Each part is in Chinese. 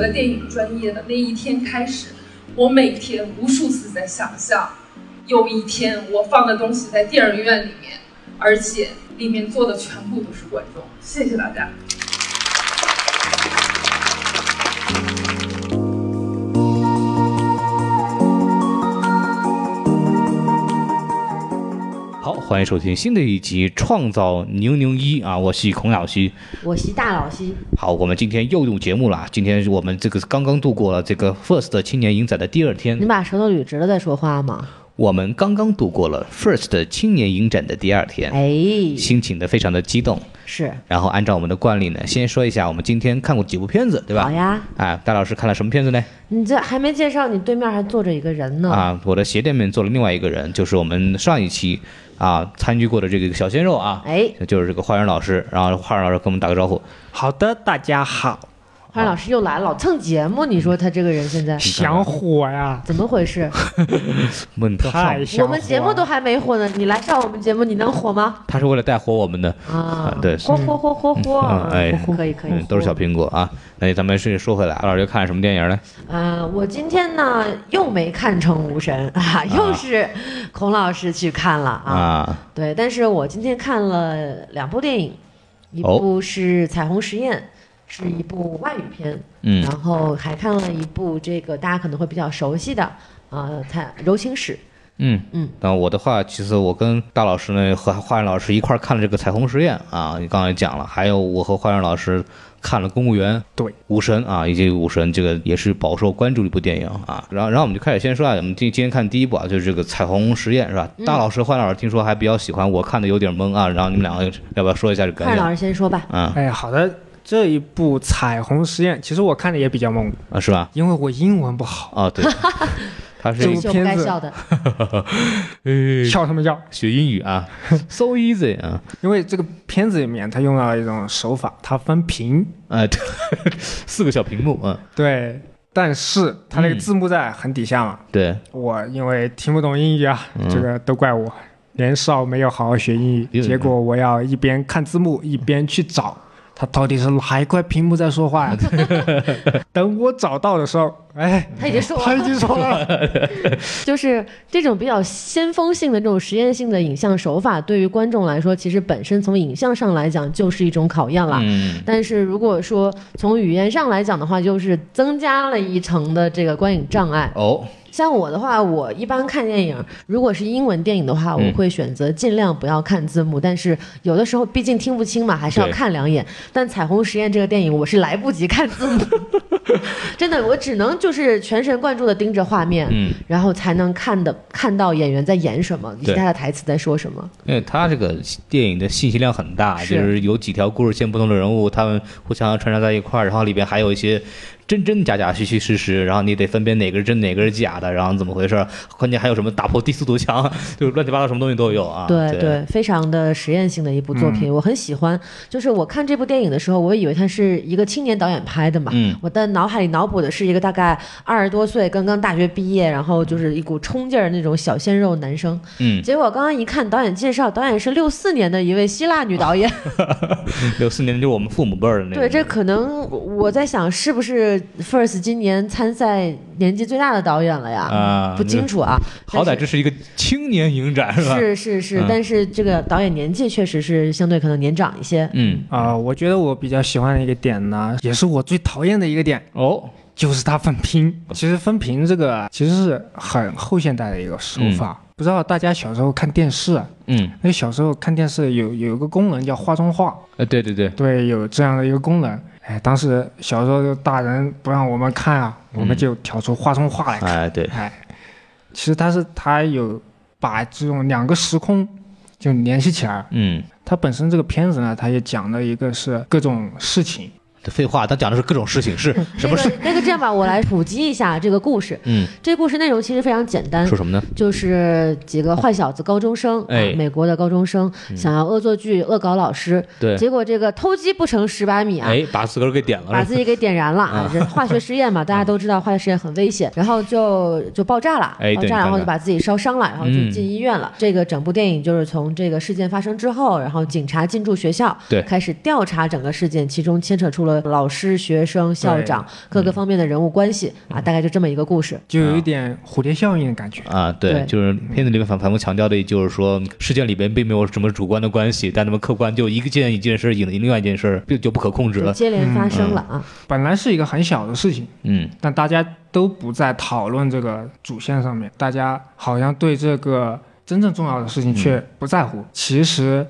了电影专业的那一天开始，我每天无数次在想象，有一天我放的东西在电影院里面，而且里面坐的全部都是观众。谢谢大家。好，欢迎收听新的一集《创造零零一》啊，我是孔老师。我是大老师，好，我们今天又录节目了。今天我们这个刚刚度过了这个 First 青年影展的第二天你，把舌头捋直了再说话吗？我们刚刚度过了 First 青年影展的第二天，哎，心情的非常的激动。是，然后按照我们的惯例呢，先说一下我们今天看过几部片子，对好吧？呀，啊，大老师看了什么片子呢？你这还没介绍，你对面还坐着一个人呢。啊，我的斜对面坐了另外一个人，就是我们上一期啊参与过的这个小鲜肉啊，哎，就是这个花园老师。然后花园老师跟我们打个招呼。好的，大家好，花儿老师又来了，老蹭节目，你说他这个人现啊在想火呀，怎么回事？问他太想火了我们节目都还没火呢，你来上我们节目，你能火吗？他是为了带火我们的，啊啊，对火火火火火嗯，哎可以可以嗯，，都是小苹果啊。那咱们是说回来，老师看了什么电影呢？啊，我今天呢又没看成《无神》啊，又是孔老师去看了啊。啊，对，但是我今天看了两部电影，一哦部是《彩虹实验》，是一部外语片，嗯然后还看了一部这个大家可能会比较熟悉的，呃，它《柔情史》。嗯嗯。那我的话，其实我跟大老师呢和花园老师一块儿看了这个《彩虹实验》啊，你刚才讲了，还有我和花园老师看了《公务员》。对，武神啊，以及武神这个也是饱受关注的一部电影啊。然后，然后我们就开始先说啊，我们今今天看第一部啊，就是这个《彩虹实验》是吧？嗯大老师、花老师听说还比较喜欢，我看的有点懵啊。然后你们两个要不要说一下这个快感 老想？师先说吧。嗯哎，好的，这一部《彩虹实验》其实我看的也比较懵，啊，是吧？因为我英文不好，啊， 对，他是这一个是不片该子笑的。笑什么笑？学英语 啊，so easy 啊，因为这个片子里面它用到了一种手法，它分屏，呃，对四个小屏幕啊，对，但是它那个嗯字幕在很底下嘛，对，我因为听不懂英语啊，这个都怪我。年少没有好好学英有语，结果我要一边看字幕一边去找，它到底是哪一块屏幕在说话 呀？等我找到的时候，哎，他已经说他完已了，经说了，就是这种比较先锋性的这种实验性的影像手法，对于观众来说，其实本身从影像上来讲就是一种考验了。嗯，但是如果说从语言上来讲的话，就是增加了一层的这个观影障碍。哦，像我的话，我一般看电影，如果是英文电影的话，我嗯会选择尽量不要看字幕。但是有的时候毕竟听不清嘛，还是要对看两眼。但《彩虹实验》这个电影，我是来不及看 字幕，真的，我只能就是全神贯注的盯着画面。嗯，然后才能看的看到演员在演什么，以及对他的台词在说什么。因为他这个电影的信息量很大，是就是有几条故事线，不同的人物他们互相穿插在一块儿，然后里边还有一些真真假假、虚虚实实，然后你得分辨哪个是真，哪个是假的，然后怎么回事儿？关键还有什么打破第四堵墙， 就是乱七八糟什么东西都有啊。对对，嗯对，非常的实验性的一部作品，我很喜欢。就是我看这部电影的时候，我以为它是一个青年导演拍的嘛，嗯我的脑海里脑补的是一个大概二十多岁、刚刚大学毕业，然后就是一股冲劲儿那种小鲜肉男生。嗯，结果刚刚一看导演介绍，导演是六四年的一位希腊女导演。六四年就是我们父母辈儿的啊那个。对，这可能我在想，是不是 First 今年参赛年纪最大的导演了呀？啊不清楚啊。好但歹是这是一个青年影展 是吧？是是是，嗯但是这个导演年纪确实是相对可能年长一些。嗯，啊、我觉得我比较喜欢的一个点呢，也是我最讨厌的一个点，哦，就是它分屏。其实分屏这个其实是很后现代的一个手法。不知道大家小时候看电视啊，嗯，那小时候看电视有有一个功能叫画中画，呃，对对对，对，有这样的一个功能。哎，当时小时候大人不让我们看啊，我们就挑出画中画来看。哎，对，哎，其实它是它有把这种两个时空就联系起来。嗯，它本身这个片子呢，它也讲了一个是各种事情，这废话，他讲的是各种事情，是嗯什么事？那个那个这样吧，我来普及一下这个故事。嗯，这故事内容其实非常简单说，什么呢？就是几个坏小子高中生，哎嗯啊美国的高中生、想要恶作剧恶搞老师，对，结果这个偷鸡不成蚀把米啊。哎，把自个儿给点把了，是吧自己给点 燃了啊！这化学实验嘛，大啊家都知道化学实验很危险，然后就就爆炸了，哎对爆你炸，看然后看就把自己烧伤了，然后就嗯进医院了。这个整部电影就是从这个事件发生之后，然后警察进驻学校，对开始调查整个事件，其中牵扯出了老师、学生、校对长各个方面的人物关系嗯啊，大概就这么一个故事。就有一点蝴蝶效应的感觉。啊，对，对就是片子里面反反复强调的，就是说事件里边并没有什么主观的关系，但他们客观就一个件一件事引了另外一件事，就就不可控制就了。接连发生了啊，本来是一个很小的事情，嗯，但大家都不再讨论这个主线上面，大家好像对这个真正重要的事情嗯却不在乎。其实，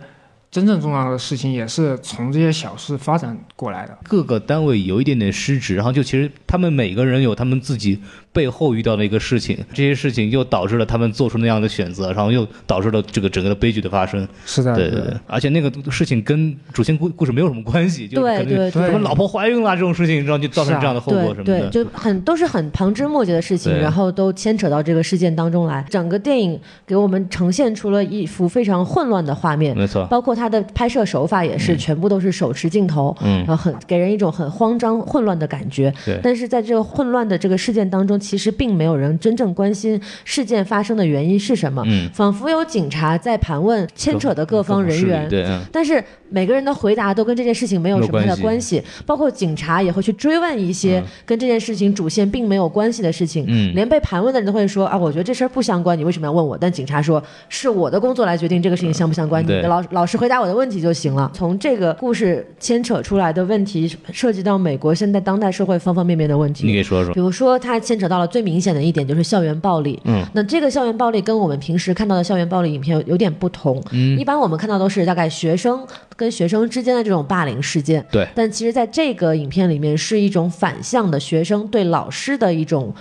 真正重要的事情也是从这些小事发展过来的。各个单位有一点点失职，然后就其实他们每个人有他们自己背后遇到的一个事情，这些事情又导致了他们做出那样的选择，然后又导致了这个整个的悲剧的发生。是的，对是对的对，而且那个事情跟主线故故事没有什么关系，就对可能对对什么老婆怀孕啦这种事情，然后就造成是啊这样的后果什么对对，的。就很都是很旁枝末节的事情，对然后都牵扯到这个事件当中来。整个电影给我们呈现出了一幅非常混乱的画面，没 错，包括它的拍摄手法也是全部都是手持镜头，嗯然后很给人一种很慌张混乱的感觉。对但是在这个混乱的这个事件当中，其实并没有人真正关心事件发生的原因是什么，嗯，仿佛有警察在盘问牵扯的各方人势力员。对，嗯但是每个人的回答都跟这件事情没有没有什么太大关关系，包括警察也会去追问一些嗯跟这件事情主线并没有关系的事情，嗯连被盘问的人都会说啊，我觉得这事儿不相关，你为什么要问我？但警察说是我的工作来决定这个事情相不相关，嗯你对老老实回答我的问题就行了。从这个故事牵扯出来的问题，涉及到美国现在当代社会方方面面的问题，你给说说。比如说，它牵扯到了最明显的一点就是校园暴力。嗯，那这个校园暴力跟我们平时看到的校园暴力影片有有点不同。嗯，一般我们看到都是大概学生跟学生之间的这种霸凌事件。对但其实在这个影片里面是一种反向的学生对老师的一种。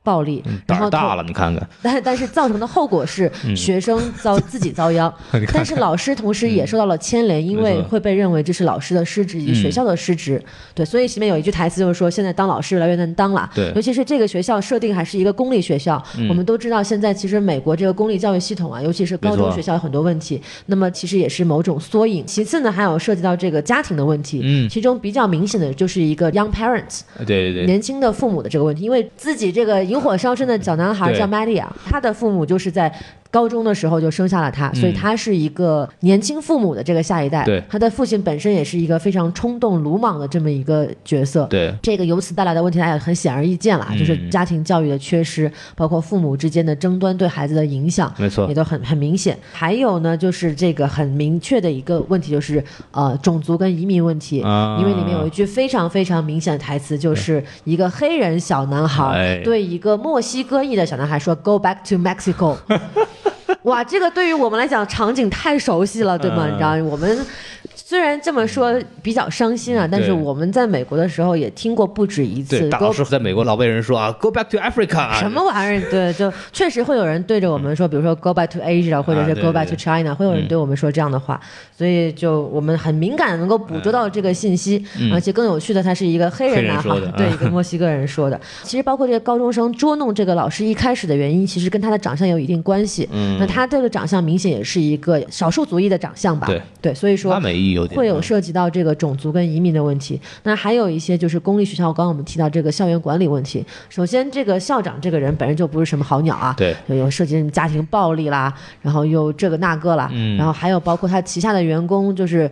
暴力，然嗯胆后儿大同了，你看看，但但是造成的后果是学生遭自己遭殃，但是老师同时也受到了牵连，因为会被认为这是老师的失职以及学校的失职。对，所以前面有一句台词就是说，现在当老师越来越难当了。对嗯尤其是这个学校设定还是一个公立学校，我们都知道现在其实美国这个公立教育系统啊，尤其是高没中错学校有很多问题，那么其实也是某种缩影。其次呢，还有涉及到这个家庭的问题，嗯其中比较明显的就是一个 young parents，对对对，年轻的父母的这个问题，因为自己这个引火烧身的小男孩对叫玛利亚，他的父母就是在。高中的时候就生下了他，所以他是一个年轻父母的这个下一嗯代。对他的父亲本身也是一个非常冲动、鲁莽的这么一个角色。对，这个由此带来的问题，大家也很显而易见了，啊嗯就是家庭教育的缺失，包括父母之间的争端对孩子的影响，没错也，都很很明显。还有呢，就是这个很明确的一个问题，就是呃种族跟移民问题，啊因为里面有一句非常非常明显的台词，就是一个黑人小男哎孩对一个墨西哥裔的小男孩说 “Go back to Mexico”。哇，这个对于我们来讲场景太熟悉了，对吗？嗯你知道，我们虽然这么说比较伤心啊，但是嗯对我们在美国的时候也听过不止一次对，大 “Go 老师在美国老被人说啊，Go back to Africa，啊嗯嗯什么玩意儿？ 对，就确实会有人对着我们说，比如说 “go back to Asia” 或者啊是对嗯 “go back 对 to China”，会有人对我们说这样的话，所以就我们很敏感，能够捕捉嗯到这个信息。而且更有趣的，他是一个黑黑人人男说孩的，对啊一个墨西哥人说 的。其实包括这个高中生捉弄这个老师一开始的原因，其实跟他的长相有一定关系。嗯那他这个长相明显也是一个少数族裔的长相吧对？对，所以说拉美裔有点嗯会有涉及到这个种族跟移民的问题。那还有一些就是公立学校，刚刚我们提到这个校园管理问题。首先，这个校长这个人本身就不是什么好鸟啊，对，有有涉及什么家庭暴力啦，然后又这个那个啦，嗯然后还有包括他旗下的员工就是。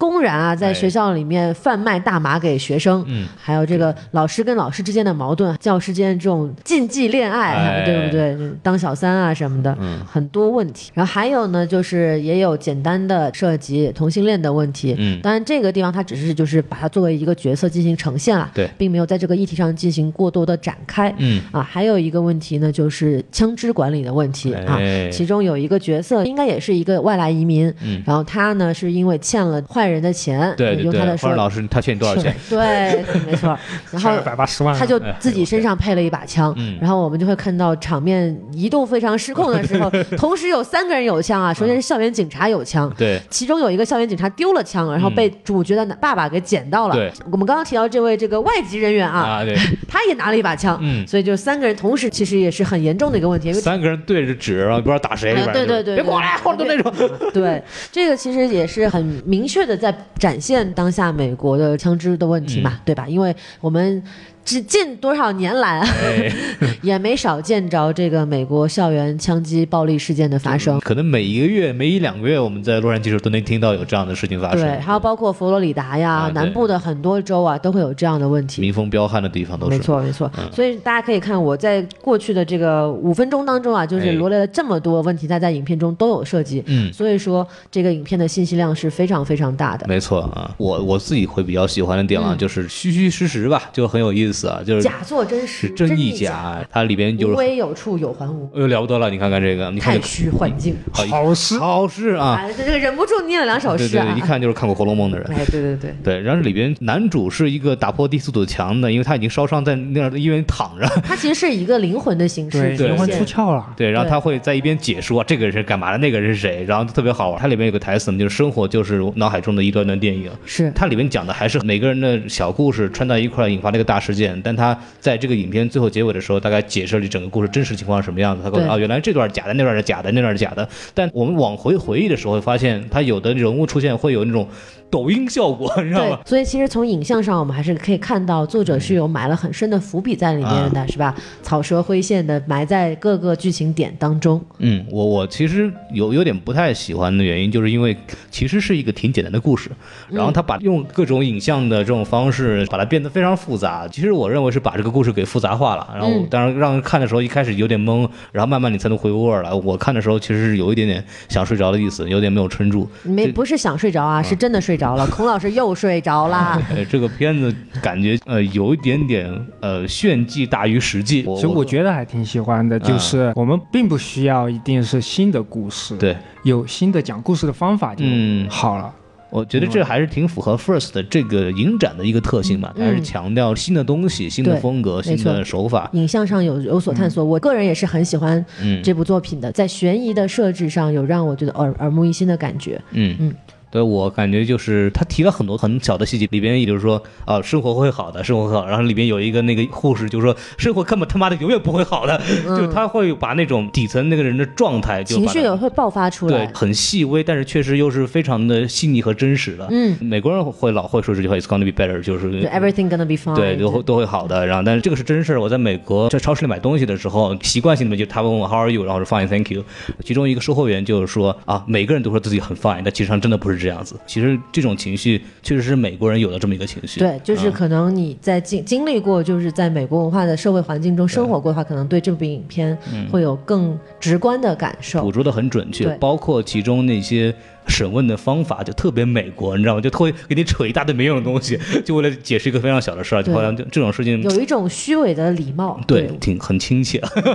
公然啊，在哎学校里面贩卖大麻给学生，嗯还有这个老师跟老师之间的矛盾，教师之间这种禁忌恋爱，啊哎嗯对不对？就是当小三啊什么的，很多问题。然后还有呢，就是也有简单的涉及同性恋的问题，嗯当然这个地方它只是就是把它作为一个角色进行呈现了，对并没有在这个议题上进行过多的展开，嗯，啊，还有一个问题呢，就是枪支管理的问题啊。哎其中有一个角色，应该也是一个外来移民，嗯然后他呢是因为欠了坏人的钱，对对用他对，的花说儿老师他欠你多少钱？对，没错。然后二百八十万啊，他就自己身上配了一把枪，哎嗯然后我们就会看到场面移动非常失控的 时候，同时有三个人有枪啊，首先嗯是校园警察有枪。对，其中有一个校园警察丢了枪，然后被主角的爸爸给捡到了。嗯对我们刚刚提到这位这个外籍人员啊，啊对， 他也拿了一把枪，嗯所以就三个人同时，其实也是很严重的一个问题，因为三个人对着指，然后不知道打谁，啊里边对对就是对别过来，或者就那种。对， 这个其实也是很嗯明确的在展现当下美国的枪支的问题嘛，对吧？因为我们。只近多少年来啊，哎，也没少见着这个美国校园枪击暴力事件的发生。可能每一个月、每一两个月，我们在洛杉矶时都能听到有这样的事情发生。嗯对，还有包括佛罗里达呀、啊对南部的很多州啊，都会有这样的问题。民风彪悍的地方都没是。嗯错，没错。所以大家可以看我在过去的这个五分钟当中啊，就哎是罗列了这么多问题，它在影片中都有涉及。嗯所以说这个影片的信息量是非常非常大的。嗯没错啊，我我自己会比较喜欢的点啊，就是虚虚实实吧，就很有意思啊，就是假作真实，是真亦亦假，它里边假，就无是为有处有还无，哎呦了不得了，你看看这个，你看太这虚幻境。好好诗，好事啊，啊，这这个忍不住念了两首对诗对啊对，一。看就是看过《红楼梦》的人。 哎，对对对，对，然后里边男主是一个打破第四堵墙的，因为他已经烧伤在那儿的医院躺着。它其实是以一个灵魂的形式对，呈灵魂现出窍了。对，然后对他会在一边解说这个人是干嘛的，那个人是谁，然后特别好玩。它里面有个台词嘛，就是生活就是脑海中的一段段电影。是它里面讲的还是每个人的小故事串到一块儿引发那个大事件，但他在这个影片最后结尾的时候，大概解释了整个故事真实情况是什么样子。他告诉你对啊，原来这段是假的，那段是假的，那段是假的。但我们往回回忆的时候，会发现他有的人物出现会有那种抖音效果，你知道对吗，？所以其实从影像上，我们还是可以看到作者是有埋了很深的伏笔在里面啊的，是吧？草蛇灰线的埋在各个剧情点当中。嗯，我我其实有有点不太喜欢的原因，就是因为其实是一个挺简单的故事，然后他把用各种影像的这种方式把它变得非常复杂。其实我认为是把这个故事给复杂化了，然后嗯当然让人看的时候一开始有点懵，然后慢慢你才能回过味儿来。我看的时候其实是有一点点想睡着的意思，有点没有撑住。没不是想睡着啊，是真的 睡着了。孔老师又睡着啦。呃，这个片子感觉呃有一点点呃炫技大于实际。其实我觉得还挺喜欢的，就嗯是我们并不需要一定是新的故事，对，有新的讲故事的方法就嗯好了。我觉得这还是挺符合 First 的这个影展的一个特性吧，它嗯还是强调新的东西、新的对风格、没错新的手法。影像上有有所探索，我个人也是很喜欢嗯这部作品的，在悬疑的设置上有让我觉得耳耳目一新的感觉。嗯嗯对我感觉就是他提了很多很小的细节，里边也就是说啊，生活会好的，生活会好。然后里边有一个那个护士就说，生活根本他妈的永远不会好的，就他会把那种底层那个人的状态就情把绪它也会爆发嗯出对来，。很细微，但是确实又是非常的细腻和真实的。嗯，美国人会老会说这句话，It's gonna be better，就是对，everything gonna be 嗯 fine。对，都会都会好的。然后，但是这个是真事儿。我在美国在超市里买东西的时候，习惯性的就他问我 How are you，然后我说 Fine, thank you。其中一个售货员就是说啊，每个人都说自己很 fine，但其实上真的不是这样子。其实这种情绪确实是美国人有的这么一个情绪。对，就是嗯可能你在经经历过，就是在美国文化的社会环境中生活过的话，可能对这部影片嗯会有更直观的感受捕。捉的很准确对，包括其中那些审问的方法就特别美国，你知道吗？就会给你扯一大堆没用的东西，就为了解释一个非常小的事儿。就对好像就这种事情，有一种虚伪的礼貌，对，挺很亲切，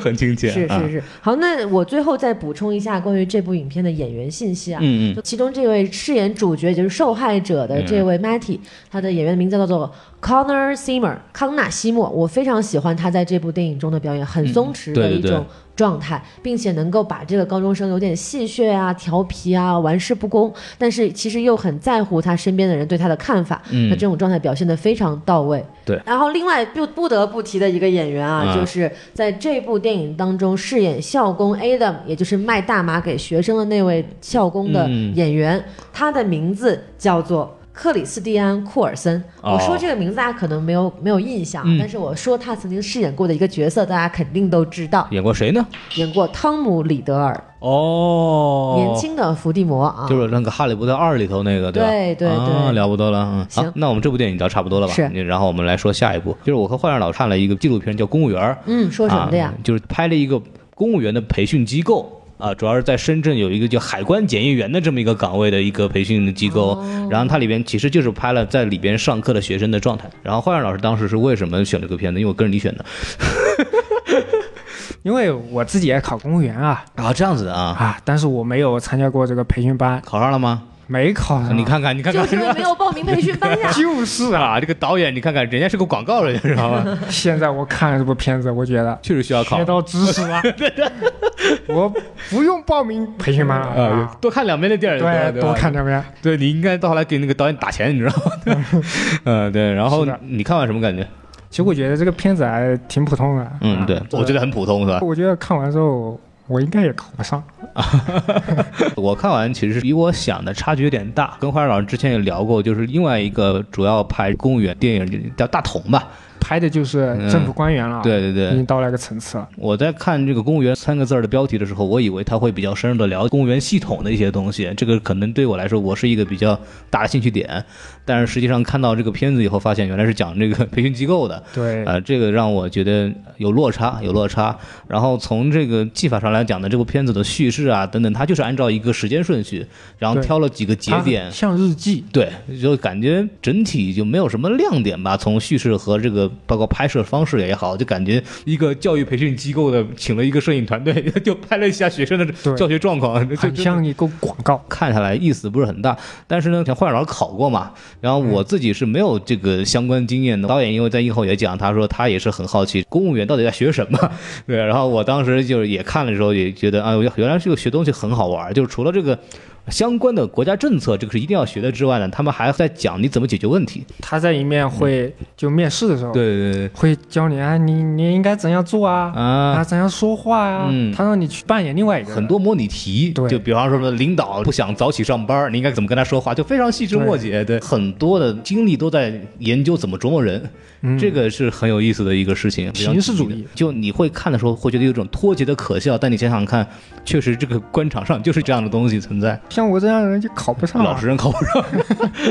很亲切。是啊是是。好，那我最后再补充一下关于这部影片的演员信息啊。嗯嗯就其中这位饰演主角，也就是受害者的这位 Matty，、他的演员名字叫做 Connor Seymour，康纳西莫。我非常喜欢他在这部电影中的表演，很松弛嗯的对一对对种状态，并且能够把这个高中生有点戏谑啊、调皮啊、玩世不恭，但是其实又很在乎他身边的人对他的看法。嗯那这种状态表现得非常到位。对然后另外不不得不提的一个演员啊，啊就是在这部电影当中饰演校工 Adam，也就是卖大麻给学生的那位校工的嗯演员，他的名字叫做。克里斯蒂安·库尔森，哦我说这个名字大家可能没有没有印象，嗯但是我说他曾经饰演过的一个角色，大家肯定都知道，演过谁呢？演过汤姆·里德尔，哦，年轻的伏地魔啊，就是那个《哈利波特二》里头那个，吧？对对啊，对了不得了。嗯，行好那我们这部电影聊差不多了吧？是你然后我们来说下一部，就是我和幻想老师看了一个纪录片叫《公务员》，嗯，说什么的呀？啊？就是拍了一个公务员的培训机构。啊，主要是在深圳有一个叫海关检疫员的这么一个岗位的一个培训机构，哦然后它里边其实就是拍了在里边上课的学生的状态。然后幻想老师当时是为什么选这个片子？因为我跟着你选的因为我自己也考公务员啊啊，这样子的啊，啊，但是我没有参加过这个培训班，考上了吗？没考上。。你，看看，你看就看，是因为没有报名培训班 呀就是啊，啊，这个导演，你看看，人家是个广告人，知道吗？现在我看了这部片子，我觉得确实需要考学到知识 了，我不用报名培训班了啊啊，，多看两遍的电影，对，多吧看。两遍。对你应该到后来给那个导演打钱，你知道吗？ 嗯，对。然后是的你看完什么感觉？其实我觉得这个片子还挺普通的，嗯，对，我觉得很普通，是吧 得，？我觉得看完之后我应该也考不上。我看完其实比我想的差距有点大。跟花儿老师之前也聊过，就是另外一个主要拍公务员电影叫《大同》吧，拍的就是政府官员嗯了，对对对已经到那个层次了。我在看这个公务员三个字儿的标题的时候，我以为他会比较深入的聊公务员系统的一些东西，这个可能对我来说我是一个比较大的兴趣点，但是实际上看到这个片子以后，发现原来是讲这个培训机构的，对，啊、呃，这个让我觉得有落差，有落差。然后从这个技法上来讲呢，这部片子的叙事啊等等，它就是按照一个时间顺序，然后对挑了几个节它点，像日记，对，就感觉整体就没有什么亮点吧。从叙事和这个包括拍摄方式也好，就感觉一个教育培训机构的请了一个摄影团队， 就拍了一下学生的对教学状况，就很就像一个广告。看下来意思不是很大。但是呢，像幻老师考过嘛，然后我自己是没有这个相关经验的。导演因为在映后也讲，他说他也是很好奇公务员到底在学什么。 对，然后我当时就是也看了之后也觉得啊，原来这个学东西很好玩儿，就是除了这个。相关的国家政策，这个是一定要学的之外呢，他们还在讲你怎么解决问题。他在一面会就面试的时候，嗯对对对，会教你啊，你你应该怎样做啊，啊啊怎样说话啊，嗯他让你去扮演另外一个人很多模拟题，对就比方说什么领导不想早起上班，你应该怎么跟他说话，就非常细枝末节。对，很多的精力都在研究怎么琢磨人，嗯这个是很有意思的一个事情。形式主义非常有意思，就你会看的时候会觉得有一种脱节的可笑，但你想想看，确实这个官场上就是这样的东西 存在。像我这样的人就考不上、啊，老实人考不上。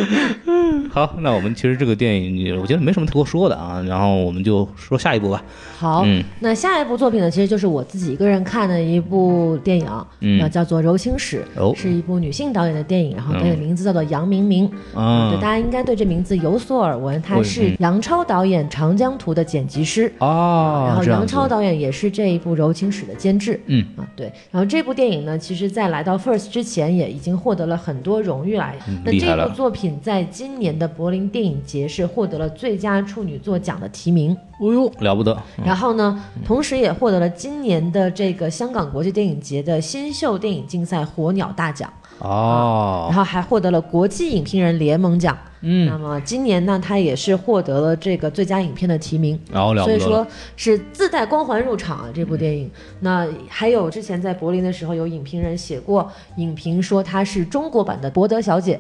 好，那我们其实这个电影，我觉得没什么多说的啊，然后我们就说下一部吧。好，嗯那下一部作品呢，其实就是我自己一个人看的一部电影，嗯然后叫做《柔情史》，哦是一部女性导演的电影，然后她的嗯名字叫做杨明明。啊对，大家应该对这名字有所耳闻，她会是嗯杨超导演《长江图》的剪辑师。哦然后这样杨超子导演也是这一部《柔情史》的监制，嗯啊对，然后这部电影呢，其实在来到 First 之前也已经获得了很多荣誉来，嗯那厉害这了部作品在今年的柏林电影节是获得了最佳处女作奖的提名，哎呦了不得，然后呢，嗯同时也获得了今年的这个香港国际电影节的新秀电影竞赛火鸟大奖，哦然，后还获得了国际影评人联盟奖。嗯那么今年呢，他也是获得了这个最佳影片的提名。然后哦了不嗯得所以了说是自带光环入场啊，这部电影。那还有之前在柏林的时候，有影评人写过影评说它是中国版的《博德小姐》。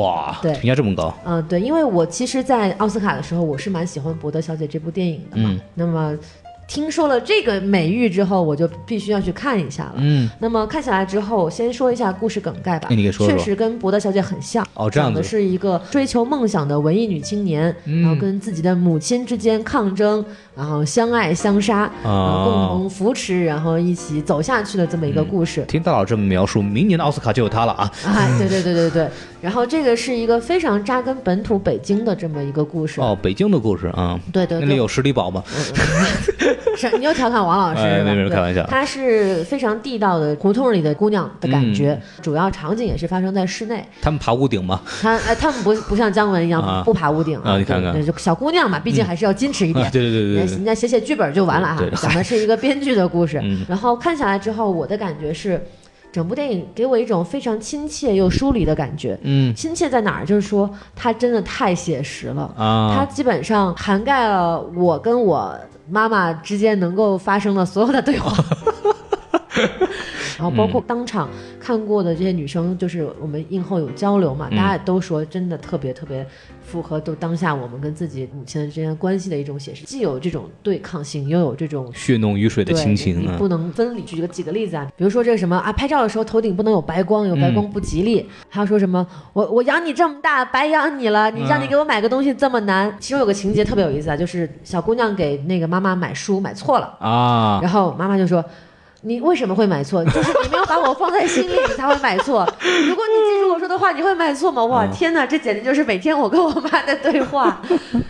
哇，对评价这么高，嗯，对，因为我其实，在奥斯卡的时候，我是蛮喜欢《博德小姐》这部电影的嘛。嗯那么，听说了这个美誉之后，我就必须要去看一下了。嗯，那么看下来之后，先说一下故事梗概吧。那你给说说确实跟《博德小姐》很像。哦这样子嗯讲的是一个追求梦想的文艺女青年，然后跟自己的母亲之间抗争，然后相爱相杀，然哦后共同扶持，然后一起走下去的这么一个故事。听大佬这么描述，明年的奥斯卡就有他了啊！哎，对对对对对，然后这个是一个非常扎根本土北京的这么一个故事，哦，北京的故事啊，对对对嗯那里有十里堡吗？是你又调侃王老师 哎是吧？没没对开玩笑她是非常地道的胡同里的姑娘的感觉，嗯主要场景也是发生在室内。他们爬屋顶吗？她哎，她们不不像姜文一样、啊不爬屋顶啊你看看对对就小姑娘嘛，毕竟还是要矜持一点。啊 对对对对对人家写写剧本就完了哈对对，讲的是一个编剧的故事。嗯然后看下来之后，我的感觉是，整部电影给我一种非常亲切又疏离的感觉。嗯亲切在哪儿？就是说，它真的太写实了。它啊，基本上涵盖了我跟我妈妈之间能够发生的所有的对话。然后包括当场看过的这些女生，就是我们映后有交流嘛，大家也都说真的特别特别符合都当下我们跟自己母亲之间关系的一种写实，既有这种对抗性，又有这种血浓于水的对亲情你啊不，能分离。举个几个例子啊，比如说这个什么啊，拍照的时候头顶不能有白光，有嗯白光不吉利。还有说什么我我养你这么大，白养你了，你嗯让你给我买个东西这么难。其中有个情节特别有意思啊，就是小姑娘给那个妈妈买书买错了，啊，然后妈妈就说。你为什么会买错？就是你没有把我放在心里，你才会买错。如果你记住我说的话，你会买错吗？嗯哇，天哪，这简直就是每天我跟我妈的对话，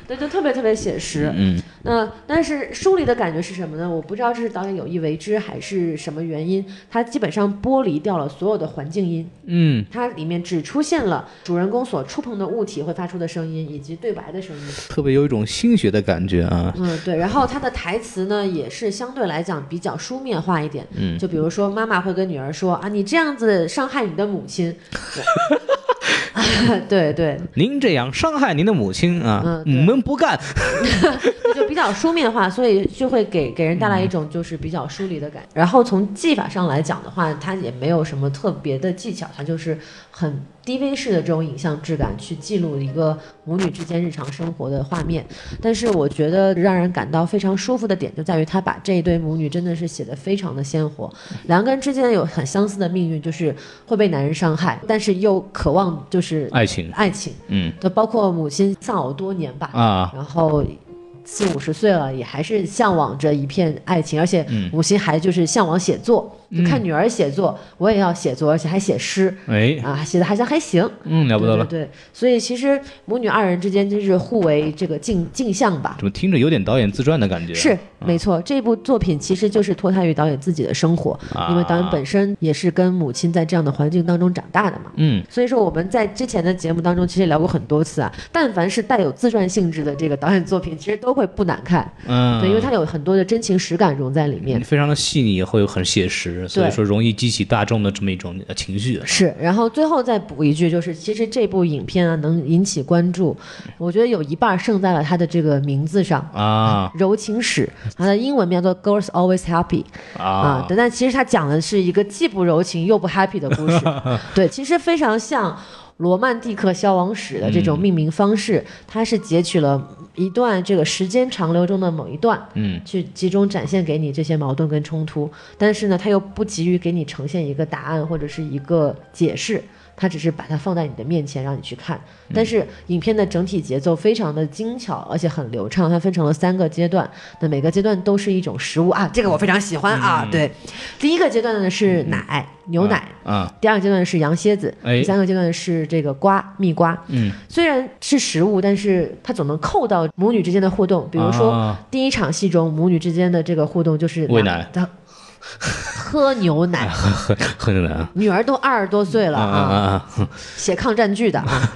对，就特别特别写实。嗯那但是疏离的感觉是什么呢？我不知道这是导演有意为之还是什么原因，它基本上剥离掉了所有的环境音，嗯，它里面只出现了主人公所触碰的物体会发出的声音以及对白的声音。特别有一种新学的感觉啊，嗯，对。然后它的台词呢，也是相对来讲比较书面化一点。嗯，就比如说妈妈会跟女儿说啊，你这样子伤害你的母亲。对 对，您这样伤害您的母亲啊，嗯对我们不干。就比较书面化，所以就会给给人带来一种就是比较疏离的感。然后从技法上来讲的话，它也没有什么特别的技巧，它就是很低微式的这种影像质感去记录一个母女之间日常生活的画面。但是我觉得让人感到非常舒服的点就在于，他把这一对母女真的是写得非常的鲜活，两个人之间有很相似的命运，就是会被男人伤害，但是又渴望就是爱情，爱情。嗯就包括母亲丧偶多年吧，啊，然后四五十岁了，也还是向往着一片爱情，而且嗯母亲还就是向往写作，就看女儿写作，我也要写作，而且还写诗哎，啊，写的好像还行，嗯，了不得了，对对对，所以其实母女二人之间真是互为这个镜镜像吧。怎么听着有点导演自传的感觉？啊是，没错，这部作品其实就是脱胎于导演自己的生活，啊因为导演本身也是跟母亲在这样的环境当中长大的嘛。嗯，所以说我们在之前的节目当中其实聊过很多次啊，但凡是带有自传性质的这个导演作品，其实都会不难看，嗯，对，因为它有很多的真情实感融在里面。非常的细腻，也会很写实，所以对说容易激起大众的这么一种呃情绪。是，然后最后再补一句，就是其实这部影片啊能引起关注，我觉得有一半儿胜在了它的这个名字上，啊《柔情史》，它的英文名叫做《Girls Always Happy》，啊啊，，但但其实他讲的是一个既不柔情又不 happy 的故事，对，其实非常像罗曼蒂克消亡史的这种命名方式，它是截取了一段这个时间长流中的某一段，嗯，去集中展现给你这些矛盾跟冲突，但是呢，他又不急于给你呈现一个答案或者是一个解释。他只是把它放在你的面前，让你去看。嗯但是影片的整体节奏非常的精巧，而且很流畅。它分成了三个阶段，那每个阶段都是一种食物啊，这个我非常喜欢啊。嗯对，第一个阶段呢是奶，牛奶；啊，第二个阶段是羊蝎子；哎第三个阶段是这个瓜，蜜瓜。嗯，虽然是食物，但是它总能扣到母女之间的互动。比如说、啊第一场戏中，母女之间的这个互动就是喂奶拿， 喝牛奶。很 很难啊女儿都二十多岁了啊啊啊，啊！写抗战剧的 啊。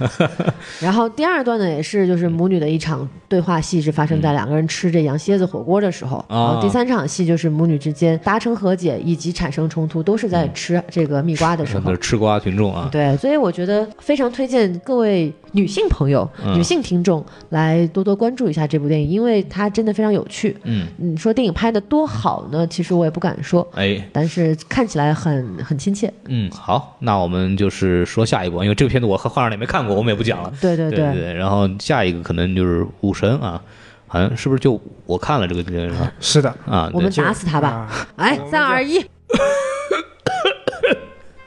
然后第二段呢，也是就是母女的一场对话戏，是发生在两个人吃这羊蝎子火锅的时候。嗯啊然后第三场戏就是母女之间达成和解以及产生冲突，都是嗯在吃这个蜜瓜的时什 候么。吃瓜群众啊？对，所以我觉得非常推荐各位女性朋友、嗯女性听众来多多关注一下这部电影，因为它真的非常有趣。嗯，你说电影拍的多好呢？其实我也不敢说，哎，但是看起来很很亲切。嗯，好，那我们就是说下一部，因为这个片子我和画上也没看过，我们也不讲了。对对对对然后下一个可能就是武神啊，好像是不是就我看了这个电影是的，啊？我们对打死他吧！啊，哎，三二一，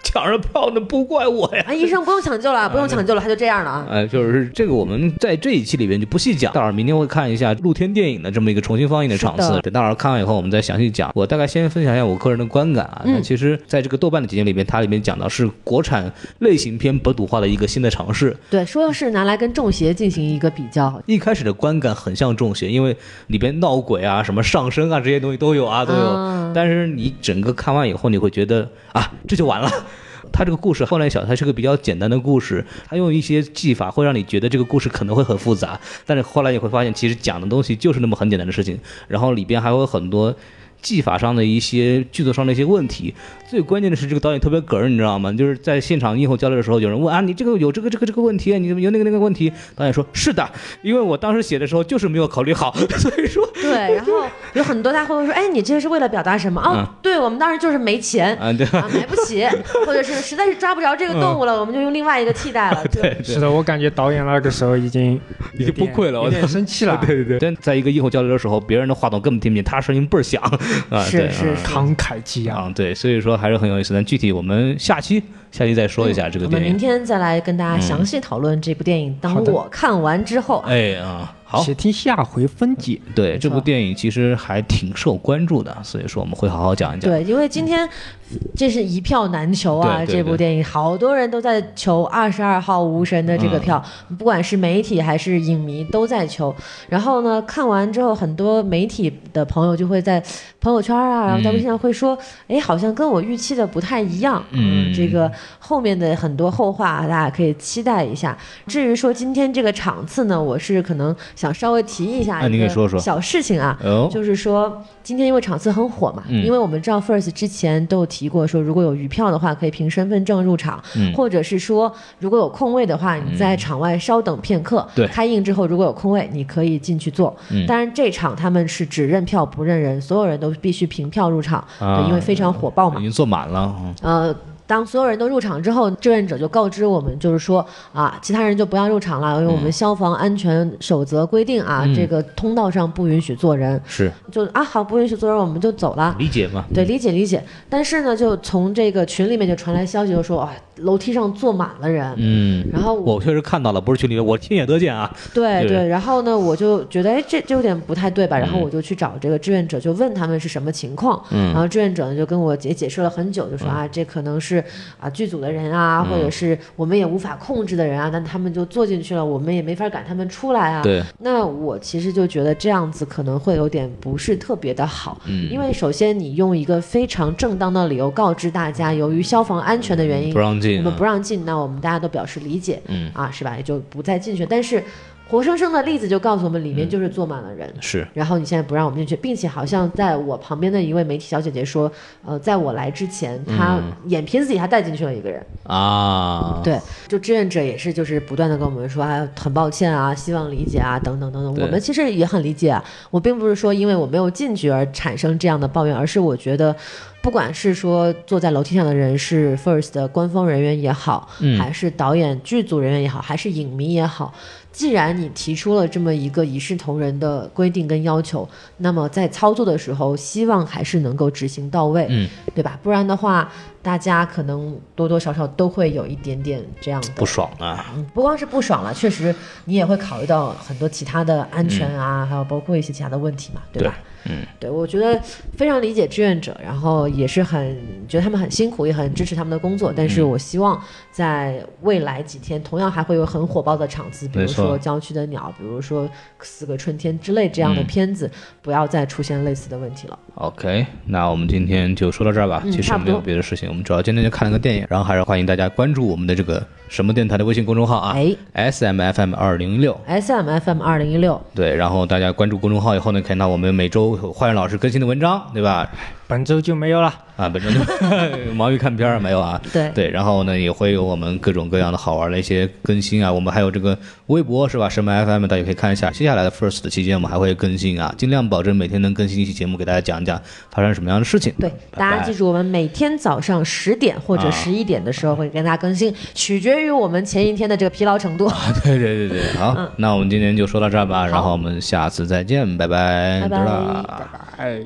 抢着票那不怪我呀。啊，医生不用抢救了，不用抢救了，他就这样了啊。呃，就是这个，我们在这一期里边就不细讲。大伙儿明天会看一下露天电影的这么一个重新放映的场是次的，等大伙儿看完以后，我们再详细讲。我大概先分享一下我个人的观感啊。那嗯其实在这个豆瓣的节目里面，它里面讲到是国产类型片本土化的一个新的尝试。对，说是拿来跟中邪进行一个比较，一开始的观感很像中邪，因为里边闹鬼啊、什么上身啊这些东西都有啊，都有。啊但是你整个看完以后，你会觉得啊，这就完了。 他这个故事后来想，它是个比较简单的故事，他用一些技法会让你觉得这个故事可能会很复杂，但是后来你会发现，其实讲的东西就是那么很简单的事情，然后里边还有很多技法上的一些剧作上的一些问题。最关键的是，这个导演特别梗儿，你知道吗？就是在现场映后交流的时候，有人问啊，你这个有这个这个这个问题，你怎么有那个那个问题？导演说是的，因为我当时写的时候就是没有考虑好， 所以说对，然后有很多大家会说，哎，你这个是为了表达什么？哦， 嗯对，我们当时就是没钱， 啊，对，啊，买不起，或者是实在是抓不着这个动物了，我们就用另外一个替代了。 就对对是的，我感觉导演那个时候已经已经有点崩溃了我有点生 气了，对对，但在一个映后交流的时候，别人的话筒根本听不见，他声音倍儿 响啊，是对是是慷慨激啊昂。啊，对，所以说还是很有意思。但具体我们下期下期再说一下这个我们电明影。嗯天再来跟大家详细讨论这部电影。当我看完之后啊，哎啊，好，且听下回分解。对这部错电影其实还挺受关注的，所以说我们会好好讲一讲。对，因为今天这是一票难求啊，对对这部对电影好多人都在求二十二号无神的这个票，嗯不管是媒体还是影迷都在求。然后呢，看完之后，很多媒体的朋友就会在朋友圈啊，然后在微信上会说，哎、好像跟我预期的不太一样。嗯这个后面的很多后话，大家可以期待一下。至于说今天这个场次呢，我是可能想稍微提一下哎您一给说个说小事情啊，哦，就是说今天因为场次很火嘛，嗯因为我们知道 First 之前都有提过说，如果有余票的话，可以凭身份证入场，嗯或者是说如果有空位的话，你在场外稍等片刻，嗯对开映之后如果有空位，你可以进去坐。嗯当然这场他们是只认票不认人，所有人都必须凭票入场，啊对，因为非常火爆嘛已。经坐满了，嗯呃，当所有人都入场之后，志愿者就告知我们，就是说啊，其他人就不要入场了，因为我们消防安全守则规定啊，嗯这个通道上不允许坐人，是就啊好，不允许坐人，我们就走了。理解嘛？对，理解理解，但是呢，就从这个群里面就传来消息，就说啊，楼梯上坐满了人。嗯，然后我我确实看到了，不是群里面，我亲眼得见啊。对对对，然后呢，我就觉得哎，这这有点不太对吧？然后我就去找这个志愿者，就问他们是什么情况。嗯然后志愿者呢就跟我解解释了很久，就说啊，这可能是啊剧组的人啊，嗯或者是我们也无法控制的人啊，但他们就坐进去了，我们也没法赶他们出来啊。对，那我其实就觉得这样子可能会有点不是特别的好，嗯因为首先你用一个非常正当的理由告知大家，由于消防安全的原因，不让进我们啊不。让进，那我们大家都表示理解，嗯啊，是吧？也就不再进去。但是活生生的例子就告诉我们，里嗯面就是坐满了人。是，然后你现在不让我们进去，并且好像在我旁边的一位媒体小姐姐说，呃，在我来之前，她嗯眼皮子底下带进去了一个人。啊，对，就志愿者也是，就是不断的跟我们说，哎，很抱歉啊，希望理解啊，等等等等。对我们其实也很理解、啊，我并不是说因为我没有进去而产生这样的抱怨，而是我觉得，不管是说坐在楼梯上的人是 First 的官方人员也好，嗯还是导演剧组人员也好，还是影迷也好。既然你提出了这么一个一视同仁的规定跟要求，那么在操作的时候，希望还是能够执行到位。嗯，对吧？不然的话，大家可能多多少少都会有一点点这样的不爽啊。嗯不光是不爽了，确实你也会考虑到很多其他的安全啊，还有包括一些其他的问题嘛，对吧？嗯，对，我觉得非常理解志愿者，然后也是很觉得他们很辛苦，也很支持他们的工作。但嗯是我希望在未来几天，同样还会有很火爆的场次，比没如错说《郊区的鸟》，比如说《四个春天》之类这样的嗯片子，不要再出现类似的问题了。 OK，那我们今天就说到这儿吧。嗯其实差不没有多别的事情，我们主要今天就看了个电影，然后还是欢迎大家关注我们的这个什么电台的微信公众号啊哎，S M F M 二零六。 S M F M 二零一六，对，然后大家关注公众号以后呢，可以看到我们每周有坏人老师更新的文章，对吧？本周就没有了。啊，本周就 忙于看片儿没有啊？对对，然后呢也会有我们各种各样的好玩的一些更新啊。我们还有这个微博是吧？什么 FM 大家可以看一下。接下来的 First 的期间我们还会更新啊，尽量保证每天能更新一期节目，给大家讲一讲发生什么样的事情。对，拜大家拜记住，我们每天早上十点或者啊十一点的时候会跟大家更新，取决于我们前一天的这个疲劳程度。 对对对对，好，那我们今天就说到这儿吧，然后我们下次再见，拜拜，拜拜得了拜拜。